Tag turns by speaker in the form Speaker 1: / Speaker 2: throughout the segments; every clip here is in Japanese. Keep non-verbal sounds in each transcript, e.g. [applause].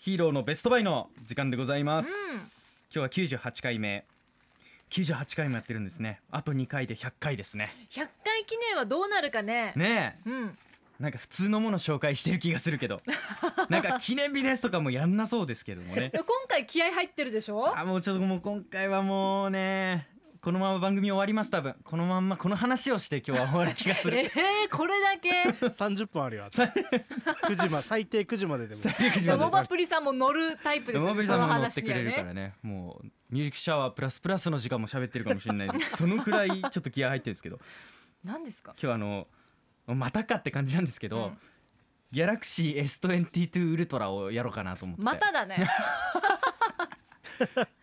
Speaker 1: ヒーローのベストバイの時間でございます、今日は98回目98回もやってるんですねあと2回で100回ですね
Speaker 2: 100回記念はどうなるかね
Speaker 1: ねえ
Speaker 2: うん
Speaker 1: なんか普通のもの紹介してる気がするけ
Speaker 2: [laughs]
Speaker 1: どなんか記念日ですとかもやんなそうですけども
Speaker 2: [laughs]
Speaker 1: ね
Speaker 2: で今回気合入ってるでしょ
Speaker 1: あもうちょっともう今回はもうねこのまま番組終わります多分このまんまこの話をして今日は終わる気がす
Speaker 2: [laughs] え
Speaker 1: る
Speaker 2: ー、これだけ
Speaker 3: 三十分あるよ。九時ま最低九時まででも。
Speaker 1: 最悪じゃん
Speaker 2: モバプリさんも乗るタイプです
Speaker 1: 山
Speaker 2: よね
Speaker 1: 辺
Speaker 2: そ
Speaker 1: さん
Speaker 2: の
Speaker 1: も乗って
Speaker 2: 話
Speaker 1: くれる
Speaker 2: に
Speaker 1: か
Speaker 2: は
Speaker 1: ら
Speaker 2: ね
Speaker 1: ねもうミュージックシャワープラスプラスの時間も喋ってるかもしれない
Speaker 2: [laughs]
Speaker 1: そのくらいちょっと気合入ってるんですけど
Speaker 2: 何ですか
Speaker 1: 今日あのまたかって感じなんですけど、
Speaker 2: うん
Speaker 1: ギャラクシー S22 ウルトラをやろうかなと思ってて
Speaker 2: まただね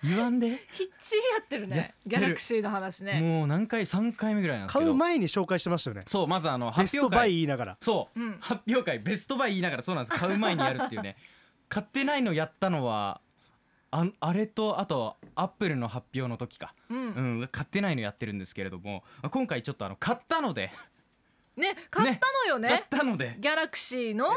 Speaker 1: 言わんで、
Speaker 2: ひっちりやってる
Speaker 1: やって
Speaker 2: ね
Speaker 1: る
Speaker 2: ギャラクシーの話 [laughs] ね
Speaker 1: もう何回3回目ぐらいなんです
Speaker 3: 買
Speaker 1: け
Speaker 3: う
Speaker 1: ど
Speaker 3: 前に紹介してましたよね。
Speaker 1: そうまずあの
Speaker 3: ベス
Speaker 1: 発
Speaker 3: ト
Speaker 1: 表
Speaker 3: バイ
Speaker 1: 会
Speaker 3: 言いながら。
Speaker 1: そう、
Speaker 2: うん
Speaker 1: 発表会ベストバイ言いながらそうなんです買う前にやるっていう
Speaker 2: [laughs]
Speaker 1: ね買ってないのやったのはああれとあとアップルの発表の時か、
Speaker 2: う
Speaker 1: うんん、買ってないのやってるんですけれども今回ちょっとあの買ったので
Speaker 2: ね買ったのよね
Speaker 1: 買ったので
Speaker 2: ギャラクシーの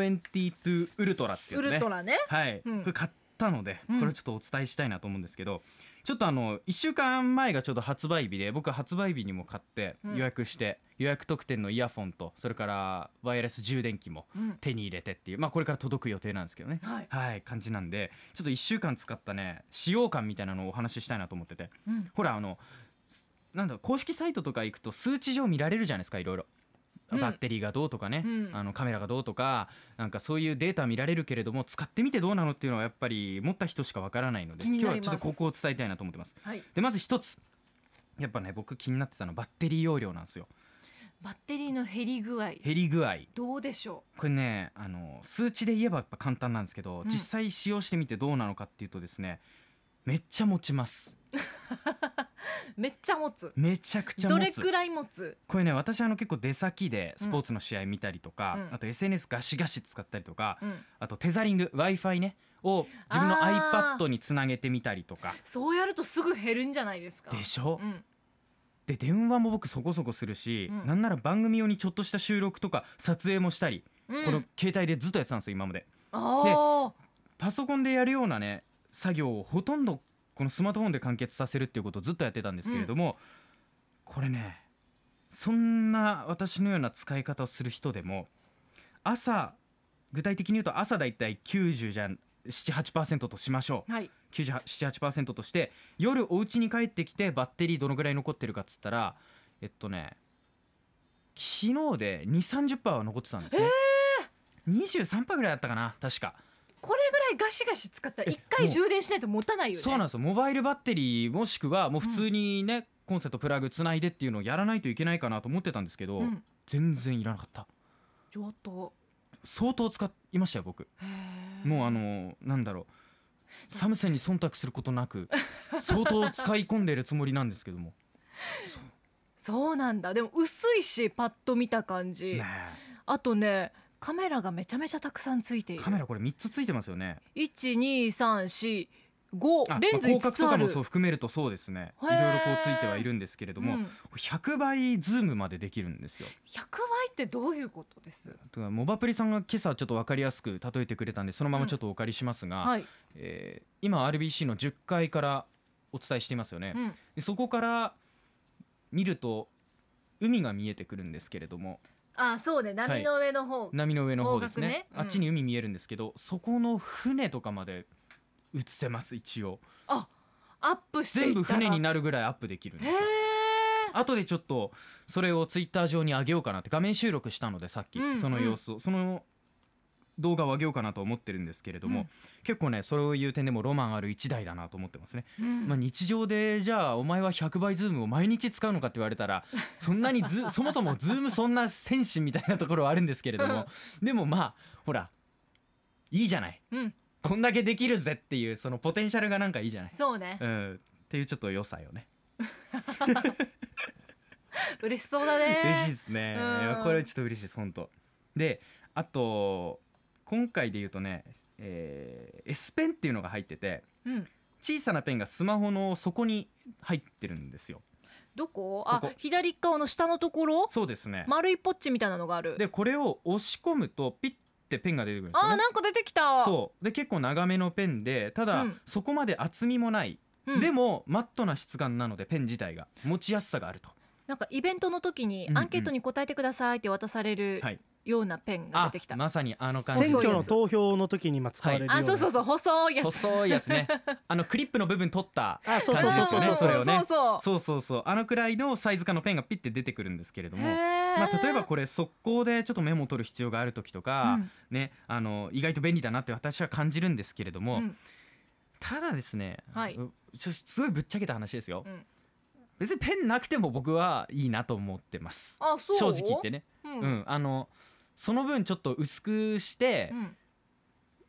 Speaker 1: S22 ウルトラっていう
Speaker 2: ウ
Speaker 1: ね
Speaker 2: ルトラね
Speaker 1: はい、
Speaker 2: うん
Speaker 1: これ買ったので
Speaker 2: うん
Speaker 1: これをちょっとお伝えしたいなと思うんですけど、ちょっとあの1週間前がちょうど発売日で僕は発売日にも買って
Speaker 2: うん
Speaker 1: 予約して、予約特典のイヤフォンとそれからワイヤレス充電器も
Speaker 2: うん
Speaker 1: 手に入れてっていうまあこれから届く予定なんですけどね
Speaker 2: はい
Speaker 1: はい感じなんでちょっと1週間使ったね使用感みたいなのをお話ししたいなと思ってて
Speaker 2: うん
Speaker 1: ほらあのすなんだ公式サイトとか行くと数値上見られるじゃないですかいろいろ。
Speaker 2: うん
Speaker 1: バッテリーがどうとかね、
Speaker 2: うん
Speaker 1: あのカメラがどうとかなんかそういうデータ見られるけれども使ってみてどうなのっていうのはやっぱり持った人しかわからないので
Speaker 2: 気
Speaker 1: 今
Speaker 2: に
Speaker 1: 日
Speaker 2: な
Speaker 1: は
Speaker 2: ります
Speaker 1: ちょっとここを伝えたいなと思ってます
Speaker 2: はい
Speaker 1: でまず一つやっぱね僕気になってたのはバッテリー容量なんですよ
Speaker 2: バッテリーの減り具合
Speaker 1: 減り具合
Speaker 2: どうでしょ
Speaker 1: これねあの数値で言えばやっぱ簡単なんですけど、
Speaker 2: うん
Speaker 1: 実際使用してみてどうなのかっていうとですねめっちゃ持ちます
Speaker 2: うめっちゃ持つ
Speaker 1: めちゃくちゃ持
Speaker 2: ど
Speaker 1: つ
Speaker 2: れくらい持つ
Speaker 1: これね私あの結構出先でスポーツの試合見たりとか、
Speaker 2: うん
Speaker 1: あと SNS ガシガシ使ったりとか、
Speaker 2: うん
Speaker 1: あとテザリング w i f i ねを自分の
Speaker 2: あー
Speaker 1: iPad につなげてみたりとか
Speaker 2: そうやるとすぐ減るんじゃないですか
Speaker 1: でしょ、
Speaker 2: うん
Speaker 1: で電話も僕そこそこするし、
Speaker 2: うん
Speaker 1: なんなら番組用にちょっとした収録とか撮影もしたり、
Speaker 2: うん
Speaker 1: この携帯でずっとやってたんですよ今まで
Speaker 2: ああ
Speaker 1: パソコンでやるようなね作業をほとんどこのスマートフォンで完結させるっていうことをずっとやってたんですけれども、これねそんな私のような使い方をする人でも朝具体的に言うと朝だいたい90じゃん78%としましょう
Speaker 2: はい
Speaker 1: 978%として夜お家に帰ってきてバッテリーどのぐらい残ってるかっつったらえっとね昨日で2 3 0は残ってたんですね、23%ぐらいだったかな確か
Speaker 2: これぐらいガシガシ使ったら一回充電しないと持たないよね
Speaker 1: そうなんですよモバイルバッテリーもしくはもう普通にね、コンセントプラグつないでっていうのをやらないといけないかなと思ってたんですけど、
Speaker 2: うん
Speaker 1: 全然いらなかった
Speaker 2: 上等
Speaker 1: 相当使いましたよ僕
Speaker 2: へー
Speaker 1: もうあのなんだろう寒さに忖度することな
Speaker 2: [laughs]
Speaker 1: く相当使い込んでるつもりなんですけども
Speaker 2: そうなんだでも薄いしパッと見た感じ、
Speaker 1: ね
Speaker 2: あとねカメラがめちゃめちゃたくさんついてい
Speaker 1: え
Speaker 2: る
Speaker 1: カメラこれ3つついてますよね
Speaker 2: 12345
Speaker 1: あ
Speaker 2: レンズ
Speaker 1: まあ
Speaker 2: 5
Speaker 1: 広角
Speaker 2: つ
Speaker 1: と
Speaker 2: あ
Speaker 1: か
Speaker 2: る、
Speaker 1: もそう含めるとそうですねい
Speaker 2: へ
Speaker 1: ろい
Speaker 2: え
Speaker 1: ろこうついてはいるんですけれども、
Speaker 2: うん100
Speaker 1: 100倍ズームまでできるんですよ
Speaker 2: 倍ってどういうことです
Speaker 1: とかモバプリさんが今朝ちょっと分かりやすく例えてくれたんでそのままちょっとお借りしますが、
Speaker 2: はい、
Speaker 1: えー今 RBC の10階からお伝えしていますよね、
Speaker 2: うん、
Speaker 1: でそこから見ると海が見えてくるんですけれども
Speaker 2: あそうね波の上の方、
Speaker 1: 波の上の方ですね
Speaker 2: 方角ねうん
Speaker 1: あっちに海見えるんですけどそこの船とかまで映せます一応
Speaker 2: あアップして
Speaker 1: 全
Speaker 2: いった
Speaker 1: 部
Speaker 2: ら
Speaker 1: 船になるぐらいアップできるんです
Speaker 2: へ
Speaker 1: よ
Speaker 2: え
Speaker 1: 後でちょっとそれをツイッター上に上げようかなって画面収録したのでさっき、
Speaker 2: うん
Speaker 1: その様子をその動画を上げようかなと思ってるんですけれども、
Speaker 2: うん
Speaker 1: 結構ねそういう点でもロマンある一台だなと思ってますね、
Speaker 2: うん
Speaker 1: まあ、日常でじゃあお前は100倍ズームを毎日使うのかって言われた
Speaker 2: [laughs]
Speaker 1: らそんなにズそもそもズームそんな戦士みたいなところはあるんですけれど
Speaker 2: [laughs]
Speaker 1: もでもまあほらいいじゃない
Speaker 2: うん、
Speaker 1: こんだけできるぜっていうそのポテンシャルがなんかいいじゃない、
Speaker 2: そうね
Speaker 1: うん、っていうちょっと良さよね
Speaker 2: 嬉しそうだね
Speaker 1: 嬉しいですね、
Speaker 2: うん
Speaker 1: いやこれはちょっと嬉しいです本当であと今回で言うとね、えー S ペンっていうのが入ってて
Speaker 2: うん、
Speaker 1: 小さなペンがスマホの底に入ってるんですよ
Speaker 2: どこ
Speaker 1: こ
Speaker 2: あ
Speaker 1: こ
Speaker 2: 左側の下のところ
Speaker 1: そうですね、
Speaker 2: 丸いポッチみたいなのがある
Speaker 1: でこれを押し込むとピッてペンが出てくるんです
Speaker 2: あ
Speaker 1: よね
Speaker 2: ーなんか出てきた
Speaker 1: そうで結構長めのペンでただ、
Speaker 2: うん
Speaker 1: そこまで厚みもない、
Speaker 2: うん
Speaker 1: でもマットな質感なのでペン自体が持ちやすさがあると
Speaker 2: なんかイベントの時に
Speaker 1: うんうん
Speaker 2: アンケートに答えてくださいって渡される
Speaker 1: はい
Speaker 2: ようなペンが
Speaker 1: あ
Speaker 2: 出てきた、
Speaker 1: まさにあの感じ
Speaker 3: 選
Speaker 2: 細い
Speaker 3: 挙
Speaker 2: やつ [laughs]
Speaker 3: の投票の時に今使われるような、
Speaker 2: あそうそうそう細いやつ
Speaker 1: 細いやつ
Speaker 2: [laughs]
Speaker 1: ねあのクリップの部分取った
Speaker 3: あそうそう
Speaker 1: 感じですよね
Speaker 3: そう
Speaker 1: そ
Speaker 3: そう
Speaker 1: れをね
Speaker 2: そうそ
Speaker 1: そ
Speaker 2: うそ
Speaker 1: うそうそうあのくらいのサイズ感のペンがピッて出てくるんですけれど
Speaker 2: う
Speaker 1: も、
Speaker 2: へー
Speaker 1: まあ、例えばこれ速攻でちょっとメモを取る必要がある時とか、
Speaker 2: うん
Speaker 1: ね、あの意外と便利だなって私は感じるんですけれども、
Speaker 2: うん
Speaker 1: ただですね、
Speaker 2: はい
Speaker 1: うんちょすごいぶっちゃけた話ですよ、
Speaker 2: うん
Speaker 1: 別にペンなくても僕はいいなと思ってます
Speaker 2: あそう
Speaker 1: 正直言って
Speaker 2: ね、
Speaker 1: ね、
Speaker 2: う
Speaker 1: うんんあのその分ちょっと薄くして
Speaker 2: う、ん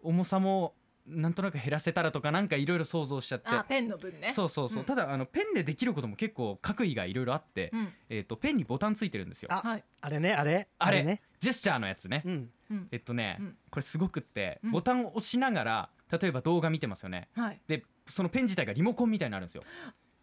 Speaker 1: 重さもなんとなく減らせたらとかなんかいろいろ想像しちゃって
Speaker 2: あペンの分ね
Speaker 1: そうそうそう、
Speaker 2: うん
Speaker 1: ただあのペンでできることも結構書く以外いろいろあって、
Speaker 2: うん
Speaker 1: えっとペンにボタンついてるんですよ
Speaker 3: あ
Speaker 2: はい
Speaker 3: あれねあれ
Speaker 1: あれ
Speaker 3: ね
Speaker 1: ジェスチャーのやつね、
Speaker 3: うん
Speaker 2: うん
Speaker 1: えっとね、
Speaker 2: うん
Speaker 1: これすごくって
Speaker 2: うん
Speaker 1: ボタンを押しながら例えば動画見てますよね
Speaker 2: はい
Speaker 1: でそのペン自体がリモコンみたいになるんですよ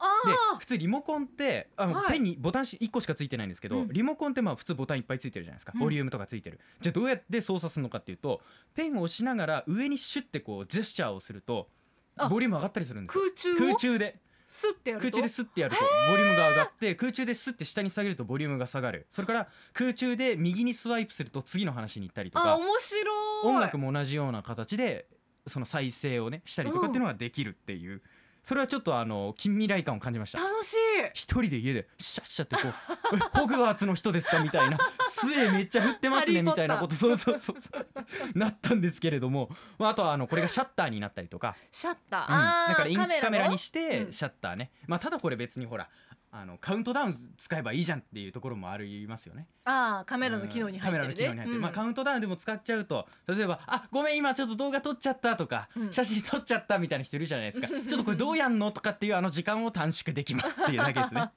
Speaker 2: あ
Speaker 1: で普通リモコンってあの、
Speaker 2: はい
Speaker 1: ペンにボタン1個しかついてないんですけど、
Speaker 2: うん
Speaker 1: リモコンってまあ普通ボタンいっぱいついてるじゃないですか
Speaker 2: うん
Speaker 1: ボリュームとかついてる、じゃあどうやって操作するのかっていうとペンを押しながら上にシュッてこうジェスチャーをすると
Speaker 2: あ
Speaker 1: ボリューム上がったりするんですよ
Speaker 2: 空中を
Speaker 1: 空中で
Speaker 2: スッてやる
Speaker 1: 空
Speaker 2: と
Speaker 1: 中でスッてやるとボリュームが上がって空中でスッて下に下げるとボリュームが下がるそれから空中で右にスワイプすると次の話に行ったりと
Speaker 2: あ
Speaker 1: か
Speaker 2: 面白い
Speaker 1: 音楽も同じような形でその再生をねしたりとかっていうのができるっていう、それはちょっとあの近未来感を感じました
Speaker 2: 楽しい
Speaker 1: 一人で家でシャッシャってこう [laughs] え「ホグワーツの人ですか?」みたいな「杖めっちゃ振ってますね」
Speaker 2: ハリーポ
Speaker 1: み
Speaker 2: ッ
Speaker 1: た
Speaker 2: ター
Speaker 1: いなことそうそうそうそうなったんですけれども、まあ、あとはあのこれがシャッターになったりとか
Speaker 2: シャッター、
Speaker 1: うん
Speaker 2: あー
Speaker 1: だからインカメ
Speaker 2: の
Speaker 1: ラにし
Speaker 2: う
Speaker 1: て
Speaker 2: ん
Speaker 1: シャッターね、まあただこれ別にほらあのカウントダウン使えばいいじゃんっていうところもありますよね
Speaker 2: ああカメラの機能に入ってる、ね
Speaker 1: うんカメラの機能に入ってる、まあカ
Speaker 2: うん
Speaker 1: ウントダウンでも使っちゃうと例えばあごめん今ちょっと動画撮っちゃったとか、
Speaker 2: うん
Speaker 1: 写真撮っちゃったみたいな人いるじゃないですかちょっとこれどうやんのとかっていうあの時間を短縮できますっていうだけです
Speaker 2: [laughs]
Speaker 1: ね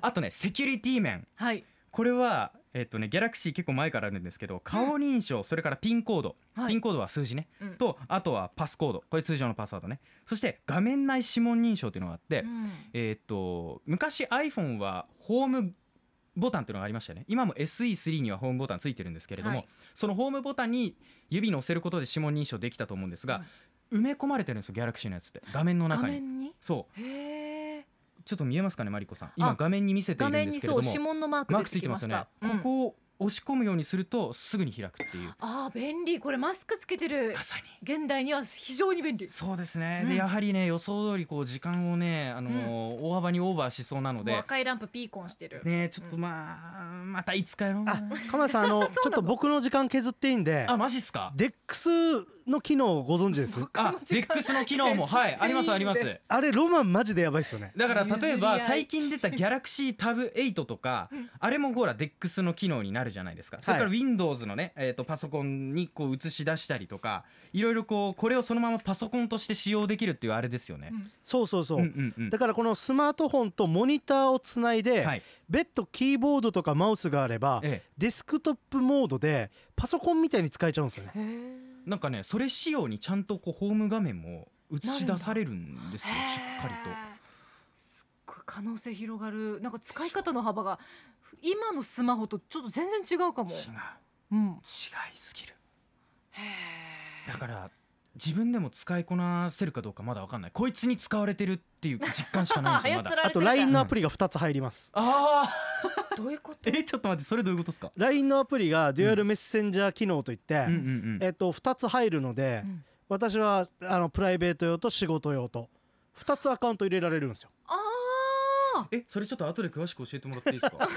Speaker 1: あとねセキュリティ面
Speaker 2: はい
Speaker 1: これはえっ、とねギャラクシー結構前からあるんですけど顔認証、それからピンコード、
Speaker 2: はい
Speaker 1: ピンコードは数字ね
Speaker 2: うん
Speaker 1: とあとはパスコードこれ通常のパスワードねそして画面内指紋認証っていうのがあって、
Speaker 2: うん
Speaker 1: えーっと昔 iPhone はホームボタンっていうのがありましたよね今も SE3 にはホームボタンついてるんですけれども、
Speaker 2: はい
Speaker 1: そのホームボタンに指の押せることで指紋認証できたと思うんですが、埋め込まれてるんですよギャラクシーのやつって画面の
Speaker 2: 画
Speaker 1: 中に
Speaker 2: 面に
Speaker 1: そ
Speaker 2: へえ
Speaker 1: うちょっと見えますかねマリコさん今
Speaker 2: あ
Speaker 1: 画面に見せてい
Speaker 2: 画
Speaker 1: るん
Speaker 2: 面
Speaker 1: で
Speaker 2: に
Speaker 1: すけれ
Speaker 2: そ
Speaker 1: ど
Speaker 2: う指
Speaker 1: も
Speaker 2: 紋のマーク
Speaker 1: マー
Speaker 2: 出
Speaker 1: ク
Speaker 2: て
Speaker 1: ついて
Speaker 2: き
Speaker 1: ま
Speaker 2: ます
Speaker 1: よ
Speaker 2: し
Speaker 1: ね
Speaker 2: た、、うん
Speaker 1: ここを押し込むようにするとすぐに開くっていう
Speaker 2: ああ便利これマスクつけてる
Speaker 1: まさに
Speaker 2: 現代には非常に便利
Speaker 1: そうですね、
Speaker 2: うん
Speaker 1: でやはりね予想通りこう時間をね、あのー大幅にオーバーしそうなの
Speaker 2: もう
Speaker 1: で、
Speaker 2: 赤いランプピーコンしてる、
Speaker 1: ねちょっとまあ、またいつかやろう
Speaker 3: あ
Speaker 1: な
Speaker 3: 鎌田さんあのちょっと僕の時間削っていいんで
Speaker 1: あマジっすか
Speaker 3: デックスの機能ご存知です
Speaker 1: あ
Speaker 2: の時間
Speaker 1: デックスの機能もはいありますあります
Speaker 2: 全
Speaker 3: あれロマンマジでやばいっすよね
Speaker 1: だから例えば
Speaker 2: 譲り合い
Speaker 1: 最近出たギャラクシータブ8とか
Speaker 2: うん
Speaker 1: あれもほらデックスの機能になるじゃないですかそれから Windows のねえーとパソコンにこう映し出したりとかいろいろこうこれをそのままパソコンとして使用できるっていうあれですよね
Speaker 2: うん
Speaker 3: そうそうそう、
Speaker 1: うんうんうん
Speaker 3: だからこのスマートフォンとモニターをつないで、
Speaker 1: はい
Speaker 3: 別途キーボードとかマウスがあれば
Speaker 1: え
Speaker 3: デスクトップモードでパソコンみたいに使えちゃうんですよね
Speaker 2: へ
Speaker 1: えなんかねそれ仕様にちゃんとこうホーム画面も映し出されるんですよ
Speaker 2: え
Speaker 1: しっかりと
Speaker 2: すっごい可能性広がるなんか使い方の幅が今のスマホとちょっと全然違うかも、
Speaker 1: 違う
Speaker 2: うん、
Speaker 1: 違いすぎる
Speaker 2: へえ
Speaker 1: だから自分でも使いこなせるかどうかまだわかんないこいつに使われてるっていう実感しかないんですよまだ
Speaker 2: 操られ
Speaker 3: あ
Speaker 2: て
Speaker 3: と
Speaker 2: るから
Speaker 3: LINE のアプリが2つ入ります、
Speaker 1: あ
Speaker 2: どういうこと
Speaker 1: ーえちょっと待ってそれどういうことですか
Speaker 3: LINE のアプリがデュアルメッセンジャー機能といって、
Speaker 1: うんうんう
Speaker 3: え
Speaker 1: ん
Speaker 3: っと2つ入るので、
Speaker 2: うん
Speaker 3: 私はあのプライベート用と仕事用と2つアカウント入れられるんですよ
Speaker 2: ああ
Speaker 1: えそれちょっと後で詳しく教えてもらっていいです [laughs] か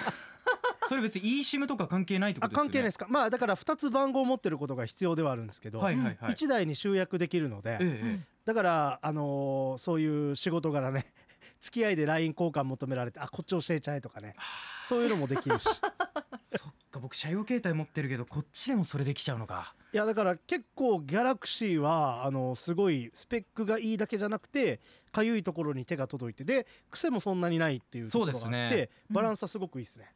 Speaker 1: それ別に eSIM とか関係ないってこ
Speaker 3: あ
Speaker 1: とですよ
Speaker 3: 関
Speaker 1: ね
Speaker 3: 係ないですかまあだから2つ番号を持ってることが必要ではあるんですけど、
Speaker 1: はいはいはい
Speaker 3: 1台に集約できるので、
Speaker 1: ええええ
Speaker 3: だからあのーそういう仕事柄ね [laughs] 付き合いで LINE 交換求められてあこっち教えちゃえとかねそういうのもできるし
Speaker 1: そっか僕社用携帯持ってるけどこっちでもそれできちゃうのか
Speaker 3: いやだから結構ギャラクシーはあのすごいスペックがいいだけじゃなくてかゆいところに手が届いてで癖もそんなにないっていうところがあ
Speaker 1: そう
Speaker 3: っ
Speaker 1: で
Speaker 3: て、
Speaker 1: すね
Speaker 3: バランスはすごくいいですね、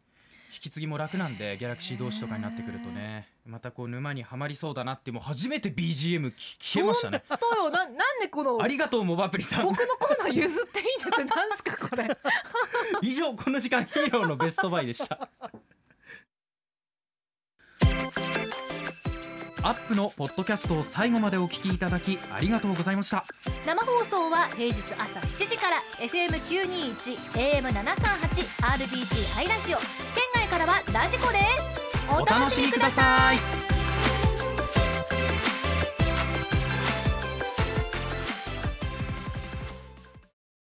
Speaker 1: 引き継ぎも楽なんでギャラクシー同士とかになってくるとねまたこう沼にはまりそうだなってもう初めて BGM き消えましたね
Speaker 2: 本当よななんでこの
Speaker 1: ありがとうモバプリさん
Speaker 2: 僕のコーナー譲っていいんだってなんすかこれ
Speaker 1: [laughs] 以上この時間ヒーローのベストバイでしたアップのポッドキャストを最後までお聞きいただきありがとうございました
Speaker 2: [laughs] 生放送は平日朝7時から FM921 AM738 RBC ハイラジオ県外からはラジコですお楽しみください
Speaker 1: い